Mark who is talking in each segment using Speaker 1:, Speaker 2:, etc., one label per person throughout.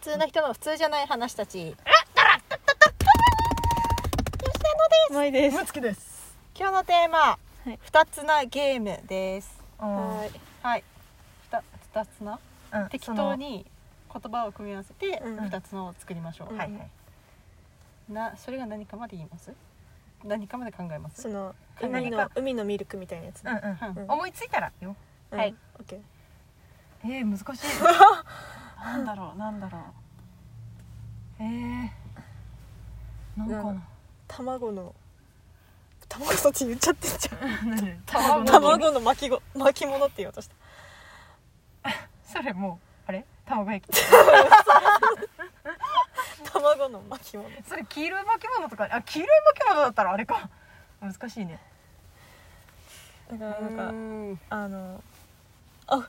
Speaker 1: 通な人の普通じゃない話たち
Speaker 2: ないです
Speaker 3: ムツキです
Speaker 1: 今日のテーマ
Speaker 2: はい
Speaker 1: 二つなゲームです
Speaker 3: うん
Speaker 2: い
Speaker 1: はい二二つな
Speaker 3: うん
Speaker 1: 適当に言葉を組み合わせて
Speaker 2: うん
Speaker 1: 二つのを作りましょう、
Speaker 2: うん
Speaker 1: はいはいなそれが何かまで言います何かまで考えます
Speaker 2: その
Speaker 1: 考えな
Speaker 2: 海の海のミルクみたいなやつ
Speaker 3: その
Speaker 2: ね、
Speaker 3: うんうん
Speaker 1: うん
Speaker 3: 思いついたらよ
Speaker 2: うん
Speaker 1: はい
Speaker 2: オッケー
Speaker 3: えー、難し いなんだろうなんだろうえー、なんかな
Speaker 2: 卵の卵そっち言っちゃってんじゃん
Speaker 3: 卵
Speaker 2: 卵の巻きご巻き物って言おうとした
Speaker 3: それもうあれ卵焼き
Speaker 2: 卵の巻き物
Speaker 3: それ黄色い巻物とかあ黄色い巻物だったらあれか難しいね
Speaker 2: だからなんか
Speaker 1: ん
Speaker 2: あのあ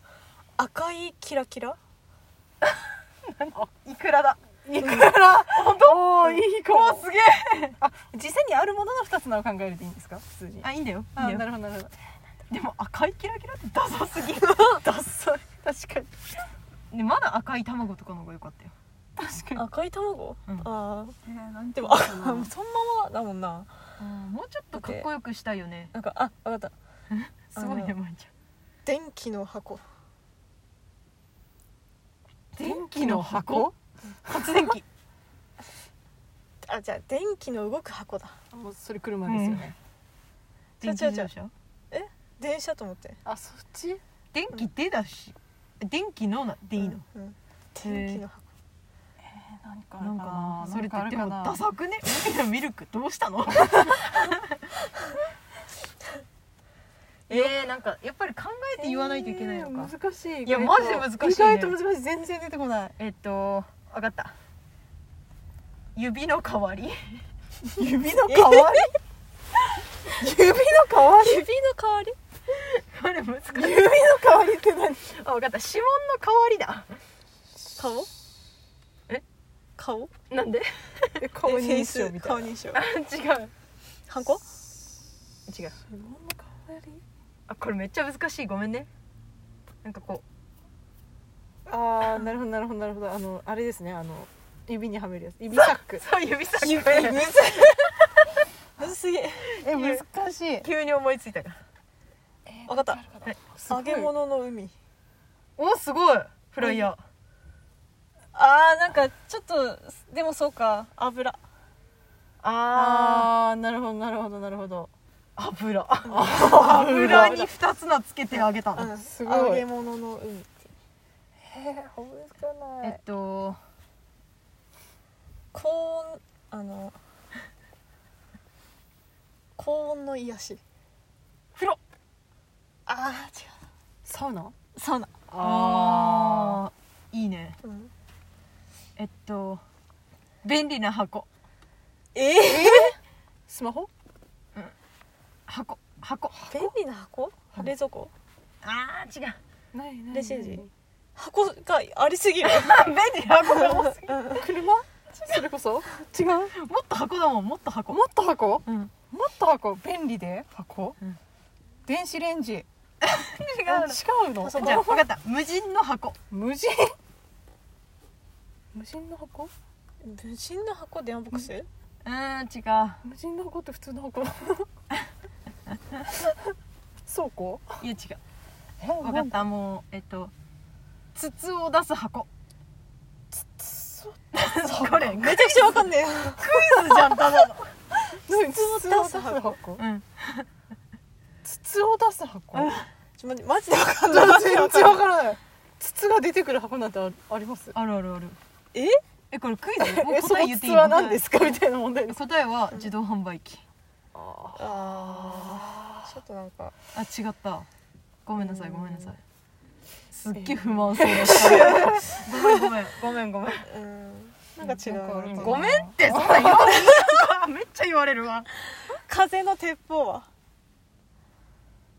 Speaker 2: 赤いキラキラ
Speaker 3: いくらだ
Speaker 1: いくら
Speaker 3: 本当
Speaker 1: おーいいか
Speaker 3: お
Speaker 1: も
Speaker 3: ーすげえ
Speaker 1: あ実際にあるものの二つなを考えるでいいんですか普通に
Speaker 3: あいいんだよい
Speaker 1: あ
Speaker 3: いんだ
Speaker 1: なるほ
Speaker 3: よ
Speaker 1: どなるほど
Speaker 3: でも赤いキラキラってダサすぎる
Speaker 1: ダサい確かに
Speaker 3: ねまだ赤い卵とかの方が良かったよ
Speaker 1: 確かに
Speaker 2: 赤い卵、
Speaker 3: うん
Speaker 2: あ
Speaker 3: えなん
Speaker 2: ーで
Speaker 3: も
Speaker 2: もあそのままだもんな
Speaker 3: もうちょっとかっこよくしたいよね
Speaker 2: なんかあわかった
Speaker 3: すごい
Speaker 2: あ
Speaker 3: ね
Speaker 2: の
Speaker 3: まいちゃん
Speaker 2: 電気の箱
Speaker 3: 電気の箱発電機
Speaker 2: あじゃあ電気の動く箱だ
Speaker 1: あもうそれ車ですよね、
Speaker 2: 違う違う違う
Speaker 3: 電気自動車
Speaker 2: 電車と思って
Speaker 1: あそっち
Speaker 3: 電気でだし電気のなでいいの、
Speaker 2: うん、うん電気の箱
Speaker 1: 何か
Speaker 3: なんかなそれってでもダ
Speaker 1: ダサ
Speaker 3: サくね海のミルクどうしたの えー、なんかやっぱり考えて言わないといけないのか、
Speaker 1: 難しい
Speaker 3: いやマジで難しいね
Speaker 1: 意外と難しい全然出てこない
Speaker 3: えっと分かった指の代わり
Speaker 1: 指の代わり指の代わり
Speaker 2: 指の代わり
Speaker 3: あれ難しい
Speaker 1: 指の代わりって何
Speaker 3: あ分かった指紋の代わりだ
Speaker 2: 顔
Speaker 3: え
Speaker 2: 顔
Speaker 3: なんで
Speaker 1: 顔
Speaker 2: えフェイ
Speaker 1: 認
Speaker 2: ス
Speaker 1: 証みたい
Speaker 2: 顔
Speaker 1: な
Speaker 2: 認証
Speaker 3: あ違う
Speaker 2: ハンコ
Speaker 3: 違う
Speaker 1: 指紋の代わり
Speaker 3: あこれめっちゃ難しいごめんねなんかこ
Speaker 1: ああなるほどなるほどなるほどあのあれですねあの指にはめるやつ指サッ
Speaker 3: う
Speaker 1: ク
Speaker 3: そう指先
Speaker 2: 指むず むずすぎ
Speaker 1: え
Speaker 3: 難
Speaker 1: しい
Speaker 3: 急に思いついたから
Speaker 2: わかった揚げ
Speaker 1: 物
Speaker 2: 物の海
Speaker 3: おすごいフライヤー
Speaker 2: あーなんかちょっとでもそうか油
Speaker 1: ああなるほどなるほどなるほど
Speaker 3: 油油に二つのつけてあげたの
Speaker 2: うん
Speaker 1: すごい
Speaker 2: 揚げ物の海
Speaker 1: えー、思いつか
Speaker 3: えっと
Speaker 2: 高温あの高温の癒し
Speaker 3: 風呂
Speaker 2: あー違
Speaker 1: サウナ
Speaker 2: うサウナ、
Speaker 3: あーいいね
Speaker 2: うん、
Speaker 3: えっと便利な箱
Speaker 2: え
Speaker 1: スマホ
Speaker 3: 箱 箱
Speaker 2: ー、 便利な箱
Speaker 3: うん
Speaker 2: 冷蔵庫
Speaker 3: あー違う
Speaker 1: ないない
Speaker 2: レシージ箱がありすぎる
Speaker 3: 便利な箱が多すぎる
Speaker 1: 車それこそ違うも
Speaker 3: もっと箱だもんもっと箱
Speaker 1: っと箱
Speaker 3: うん
Speaker 1: もっと箱便利で箱、
Speaker 3: うん
Speaker 1: 電子レ ンジ違
Speaker 3: 違うの
Speaker 1: うの
Speaker 2: パソコン
Speaker 3: じゃあ分かった無人の箱
Speaker 1: 無人無人の箱
Speaker 2: 無人の箱電話ボックス
Speaker 3: うーん違う
Speaker 1: 無人の箱って普通の 箱倉庫
Speaker 3: いや違う
Speaker 1: え
Speaker 3: 分かったもうえっと筒を出す箱これ
Speaker 2: めちゃくちゃわかんね
Speaker 3: じゃんただの
Speaker 1: 筒を出す箱
Speaker 3: うん
Speaker 1: 筒を出す箱
Speaker 2: えちょマジマジでわかんない
Speaker 1: 全然わからない筒が出てくる箱なんてああります
Speaker 3: あるあるある
Speaker 2: え
Speaker 3: えこれクイズもう
Speaker 1: えそ
Speaker 3: 答え
Speaker 1: の
Speaker 3: 言ってい
Speaker 1: 筒
Speaker 3: い
Speaker 1: は
Speaker 3: の
Speaker 1: 何ですかみたいな問題です
Speaker 3: 答えは自動販売機
Speaker 2: あーちょっとなんか
Speaker 3: あ違ったごめんなさいごめんなさ
Speaker 1: う
Speaker 3: い
Speaker 1: ん
Speaker 3: すっげえ不満そうだったごめんごめんごめんごめん
Speaker 2: うんなんか違う
Speaker 1: なんかあるかな
Speaker 3: ごめんってそんな言われるめっちゃ言われるわ
Speaker 2: 風の鉄砲は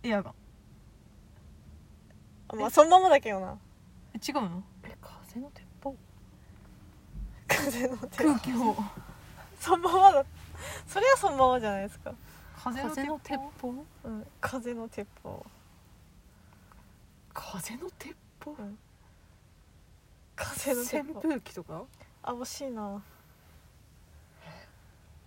Speaker 3: エアガン
Speaker 2: あまあそのままだけどな
Speaker 3: え違うの
Speaker 1: え風の鉄砲
Speaker 2: 風の鉄砲
Speaker 3: 空気砲
Speaker 2: そのままだそれはそのままじゃないですか、
Speaker 3: 風の
Speaker 1: 風の
Speaker 3: 鉄
Speaker 1: 鉄
Speaker 3: 砲
Speaker 1: 砲
Speaker 2: うん、風の鉄砲
Speaker 1: 風の鉄砲
Speaker 2: うん風の鉄
Speaker 1: 扇
Speaker 2: 砲
Speaker 1: 風機とか
Speaker 2: あ惜しいな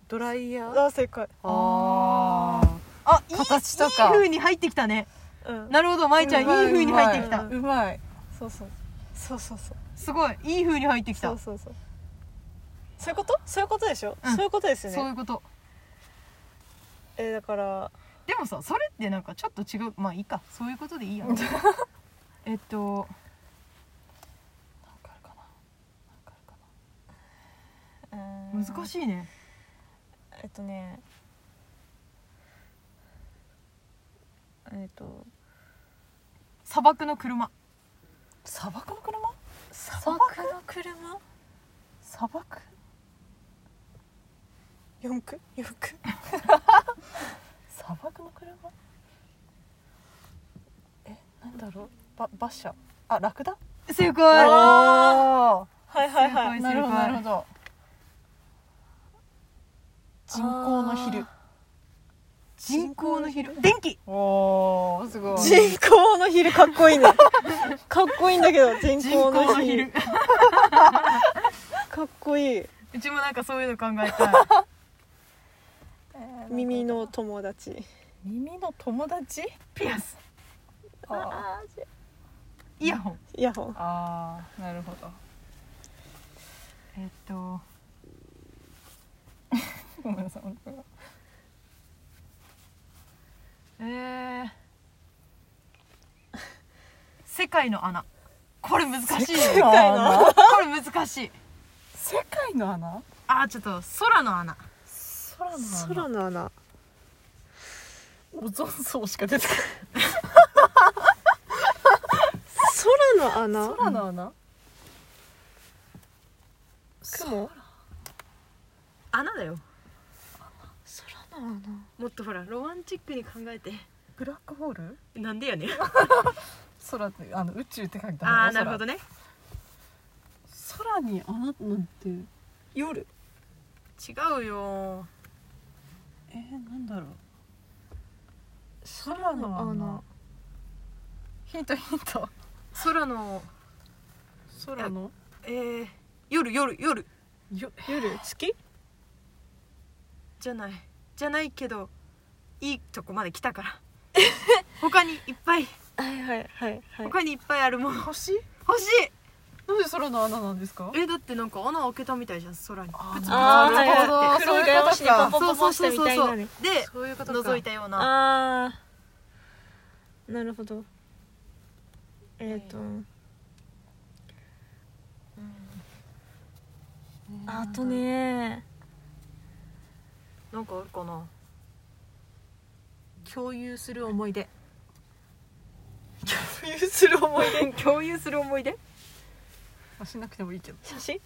Speaker 1: ドライヤー
Speaker 2: あ正解
Speaker 3: あー
Speaker 2: あいい
Speaker 3: 形
Speaker 1: い
Speaker 3: と
Speaker 1: い
Speaker 3: か
Speaker 1: 風に入ってきたね
Speaker 2: うん
Speaker 1: なるほど舞ちゃんいい風に入ってき
Speaker 2: う
Speaker 1: た
Speaker 3: うまい
Speaker 2: そうそうそうそうそう
Speaker 1: すごいいい風に入ってき
Speaker 2: そ
Speaker 1: た
Speaker 2: うそうそうそういうことそういうことでしょ、
Speaker 3: うん
Speaker 2: そういうことですよ
Speaker 3: そうい
Speaker 2: ね
Speaker 3: うこと
Speaker 2: えーだから
Speaker 3: でもさそれってなんかちょっと違うまあいいかそういうことでい いやえっとなんかあるかななんかあるかな難
Speaker 2: い
Speaker 3: しいね
Speaker 2: えっとねえっと
Speaker 3: 砂漠の車
Speaker 2: 砂漠の車砂漠
Speaker 3: 漠
Speaker 2: の車
Speaker 3: 砂漠
Speaker 2: 四駆四駆
Speaker 3: 砂漠の車
Speaker 2: なんだろうば馬車あラクダ
Speaker 3: 正
Speaker 2: わ
Speaker 3: 解
Speaker 1: あ
Speaker 2: はいはいは
Speaker 3: ー
Speaker 2: い
Speaker 3: なるほどなるほ
Speaker 1: ど
Speaker 2: 人工の昼
Speaker 3: 人工の昼
Speaker 2: 電気
Speaker 1: おーすごい
Speaker 2: 人工の昼かっこいいねかっこいいんだけど人
Speaker 3: 人
Speaker 2: 工の
Speaker 3: 工の
Speaker 2: 昼
Speaker 3: 昼
Speaker 2: かっこいいう
Speaker 3: ちもなんかそういうの考 えたい
Speaker 2: 耳の友達
Speaker 3: 耳の友達ピアス
Speaker 2: あー
Speaker 3: イヤホン
Speaker 2: イヤホン
Speaker 3: ああなるほどえっとごめんなさい僕がえー、世界の穴これ難しいこ
Speaker 1: 世界の穴
Speaker 3: れ難しい
Speaker 1: 世界の穴
Speaker 3: あーちょっと空の穴
Speaker 1: 空
Speaker 2: 空の穴
Speaker 1: オゾン層しか出てこない空の
Speaker 2: 空の穴
Speaker 1: 穴
Speaker 2: 雲
Speaker 3: 穴だよ
Speaker 2: 空の穴
Speaker 3: もっとほらロマンチックに考えて
Speaker 1: ブラックホール
Speaker 3: なんで やねん
Speaker 1: 空ってあの宇宙って書いて
Speaker 3: ああ
Speaker 1: ある
Speaker 3: なるほど
Speaker 1: ね
Speaker 3: ね
Speaker 1: 空に穴なんて
Speaker 2: 夜
Speaker 3: 違うよ
Speaker 1: えー、なんだろう空の穴
Speaker 3: ヒントヒント空の
Speaker 1: 空の
Speaker 3: えー、夜夜夜
Speaker 1: よ
Speaker 2: 夜月
Speaker 3: じゃないじゃないけどいいとこまで来たから 他にいっぱい
Speaker 2: はいはいはいはい
Speaker 3: 他にいっぱいあるもの
Speaker 1: 星
Speaker 3: 欲しい
Speaker 1: なんで空の穴なんですか
Speaker 3: えだってなんか穴開けたみたいじゃん空に
Speaker 1: あー
Speaker 3: ブツブツ
Speaker 2: あー
Speaker 3: ブツブツ
Speaker 2: なるほど黒い画
Speaker 3: って
Speaker 2: 用紙にポンポンポンポン
Speaker 3: そう
Speaker 2: し
Speaker 3: そ
Speaker 2: て
Speaker 3: う
Speaker 2: み
Speaker 3: そう
Speaker 2: たい
Speaker 3: そ
Speaker 2: な
Speaker 3: う
Speaker 2: ね
Speaker 3: で
Speaker 1: そういうことか
Speaker 3: 覗いたような
Speaker 2: あーなるほどえっ、と、あとね
Speaker 3: なんかあるかな
Speaker 1: 共有する思い出
Speaker 2: 共有する思い出
Speaker 3: 共有する思い出
Speaker 1: あしなくてもいいけど
Speaker 2: 写真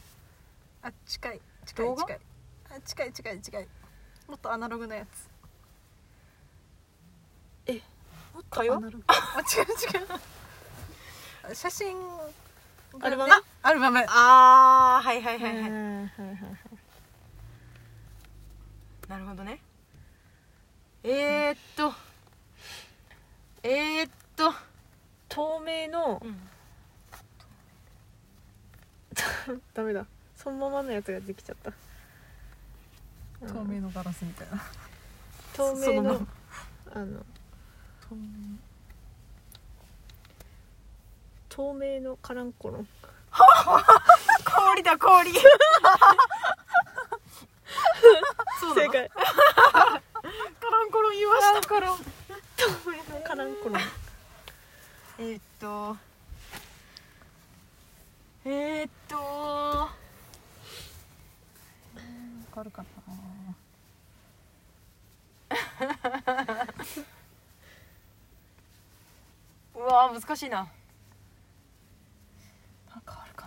Speaker 1: あ近い近
Speaker 3: 動
Speaker 1: い
Speaker 3: 画
Speaker 1: 近いあ近い近い近いもっとアナログなやつ
Speaker 2: もっと
Speaker 1: ア
Speaker 2: よ
Speaker 1: ナログあ違う違うあ写真
Speaker 2: アルバム
Speaker 1: がねアルバム
Speaker 3: あーはいはい
Speaker 2: は
Speaker 3: はいい
Speaker 2: は
Speaker 3: は
Speaker 2: はい
Speaker 3: いい
Speaker 2: はい
Speaker 3: なるほどねえー、っとえー、っと
Speaker 2: 透明の
Speaker 3: うん
Speaker 2: ダメだそのままのやつができちゃった
Speaker 1: 透明のガラスみたいな
Speaker 2: 透明
Speaker 1: そのま
Speaker 2: の
Speaker 1: ま
Speaker 2: あの
Speaker 1: 透明
Speaker 2: 透明のカランコロ ン
Speaker 3: 氷だ 氷そうだ
Speaker 2: 正
Speaker 3: な
Speaker 2: 解
Speaker 3: カランコロン言いましたカランコロン
Speaker 2: カランコロン
Speaker 3: えーっとえー、っと
Speaker 1: わかるかな
Speaker 3: うわー難しいな
Speaker 1: なんかあるか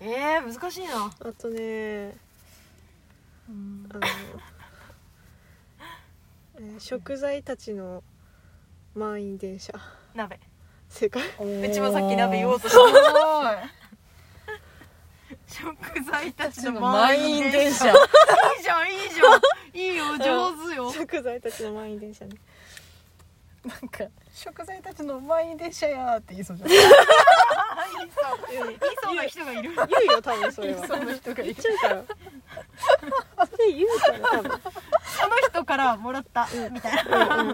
Speaker 1: な
Speaker 3: えー、難しいな
Speaker 2: あとね
Speaker 1: うん
Speaker 2: あの、えー食材たちの満員電車
Speaker 3: 鍋
Speaker 2: 正解
Speaker 3: うちもさっき鍋言おう
Speaker 1: と
Speaker 3: とした
Speaker 1: すごい
Speaker 3: 食材たち
Speaker 1: ちょっ
Speaker 3: の
Speaker 1: と
Speaker 3: 満
Speaker 1: 満
Speaker 3: 員
Speaker 1: 員
Speaker 3: 電
Speaker 1: 電
Speaker 3: 車
Speaker 1: 車
Speaker 3: いいじゃんいいじゃんいいよ上手よ
Speaker 2: 食材たちの満員電車ね
Speaker 1: なんか食材たちの満員電車やーって言いそうじゃん
Speaker 2: 言う
Speaker 1: 言いそうな人がいる
Speaker 2: 言うよ多分それは
Speaker 1: その人がい
Speaker 2: 言
Speaker 1: る
Speaker 2: っちゃうからそれ言うから多
Speaker 1: そ
Speaker 2: 分
Speaker 1: の人からもらったみたいな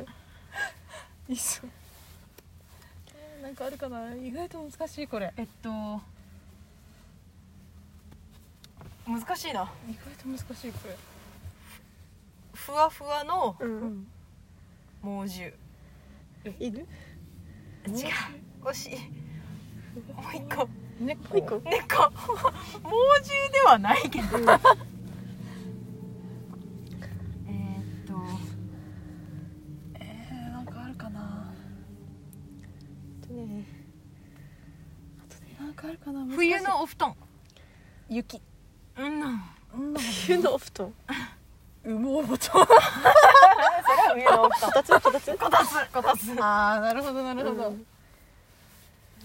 Speaker 3: いそうなんかあるかな意外と難しいこれ
Speaker 1: えっと難しいな
Speaker 3: 意外と難しいこれ
Speaker 1: ふわふわの
Speaker 2: うん、うん
Speaker 1: 猛獣
Speaker 2: 犬
Speaker 1: 違う惜しいもう一個
Speaker 2: もう一個
Speaker 1: 猫猛獣ではないけど
Speaker 2: う
Speaker 1: え
Speaker 2: ん
Speaker 1: ーっとえー、なんかあるかな
Speaker 3: なんかあるかな
Speaker 1: 冬のお布団
Speaker 3: 雪
Speaker 1: うんなん
Speaker 3: うん
Speaker 2: 冬のお布団
Speaker 3: 羽毛布団
Speaker 2: 冬のお布団こたつこたつ
Speaker 1: こたつこたつ
Speaker 3: ああなるほどなるほど、
Speaker 2: うん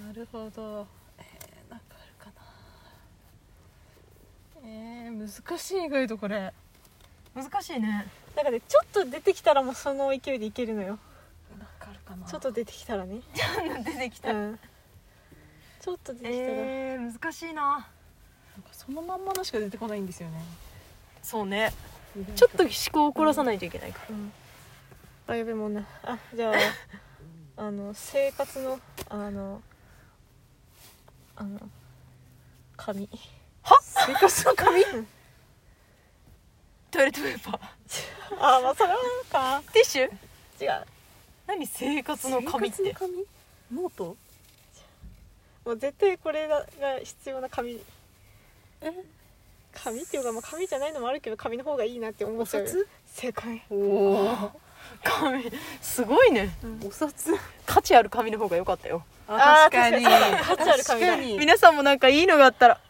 Speaker 3: なるほどえー、なんかあるかなえー、難しい意外とこれ
Speaker 1: 難しいね
Speaker 2: なんかねちょっと出てきたらもうその勢いでいけるのよ
Speaker 3: なんかあるかな
Speaker 2: ちょっと出てきたらね
Speaker 1: 出てき
Speaker 2: う
Speaker 1: た
Speaker 2: んちょっと出てきたら、
Speaker 1: えー、難しいな
Speaker 3: なんかそのまんまのしか出てこないんですよね
Speaker 1: そうね
Speaker 2: ちょっ
Speaker 1: と思考を凝らさないといけないか
Speaker 2: と、うん、あやべもうなあじゃああの生活のあのあの紙
Speaker 1: は
Speaker 2: 生活の紙うん
Speaker 1: トイレットペーパー
Speaker 2: あまあそれはか
Speaker 1: ティッシュ
Speaker 2: 違う
Speaker 1: 何生活の紙っ
Speaker 2: 生
Speaker 1: て
Speaker 2: 活の紙ノートもう絶対これがが必要な紙
Speaker 3: え
Speaker 2: 紙っていうか、まあ、紙じゃないのもあるけど紙の方がいいなって思っちゃうよ正解
Speaker 1: おお紙すごいね
Speaker 2: お札
Speaker 1: 価値ある紙の方が良かったよ
Speaker 2: あー確かに価値ある紙だ
Speaker 1: 皆さんもなんかいいのがあったら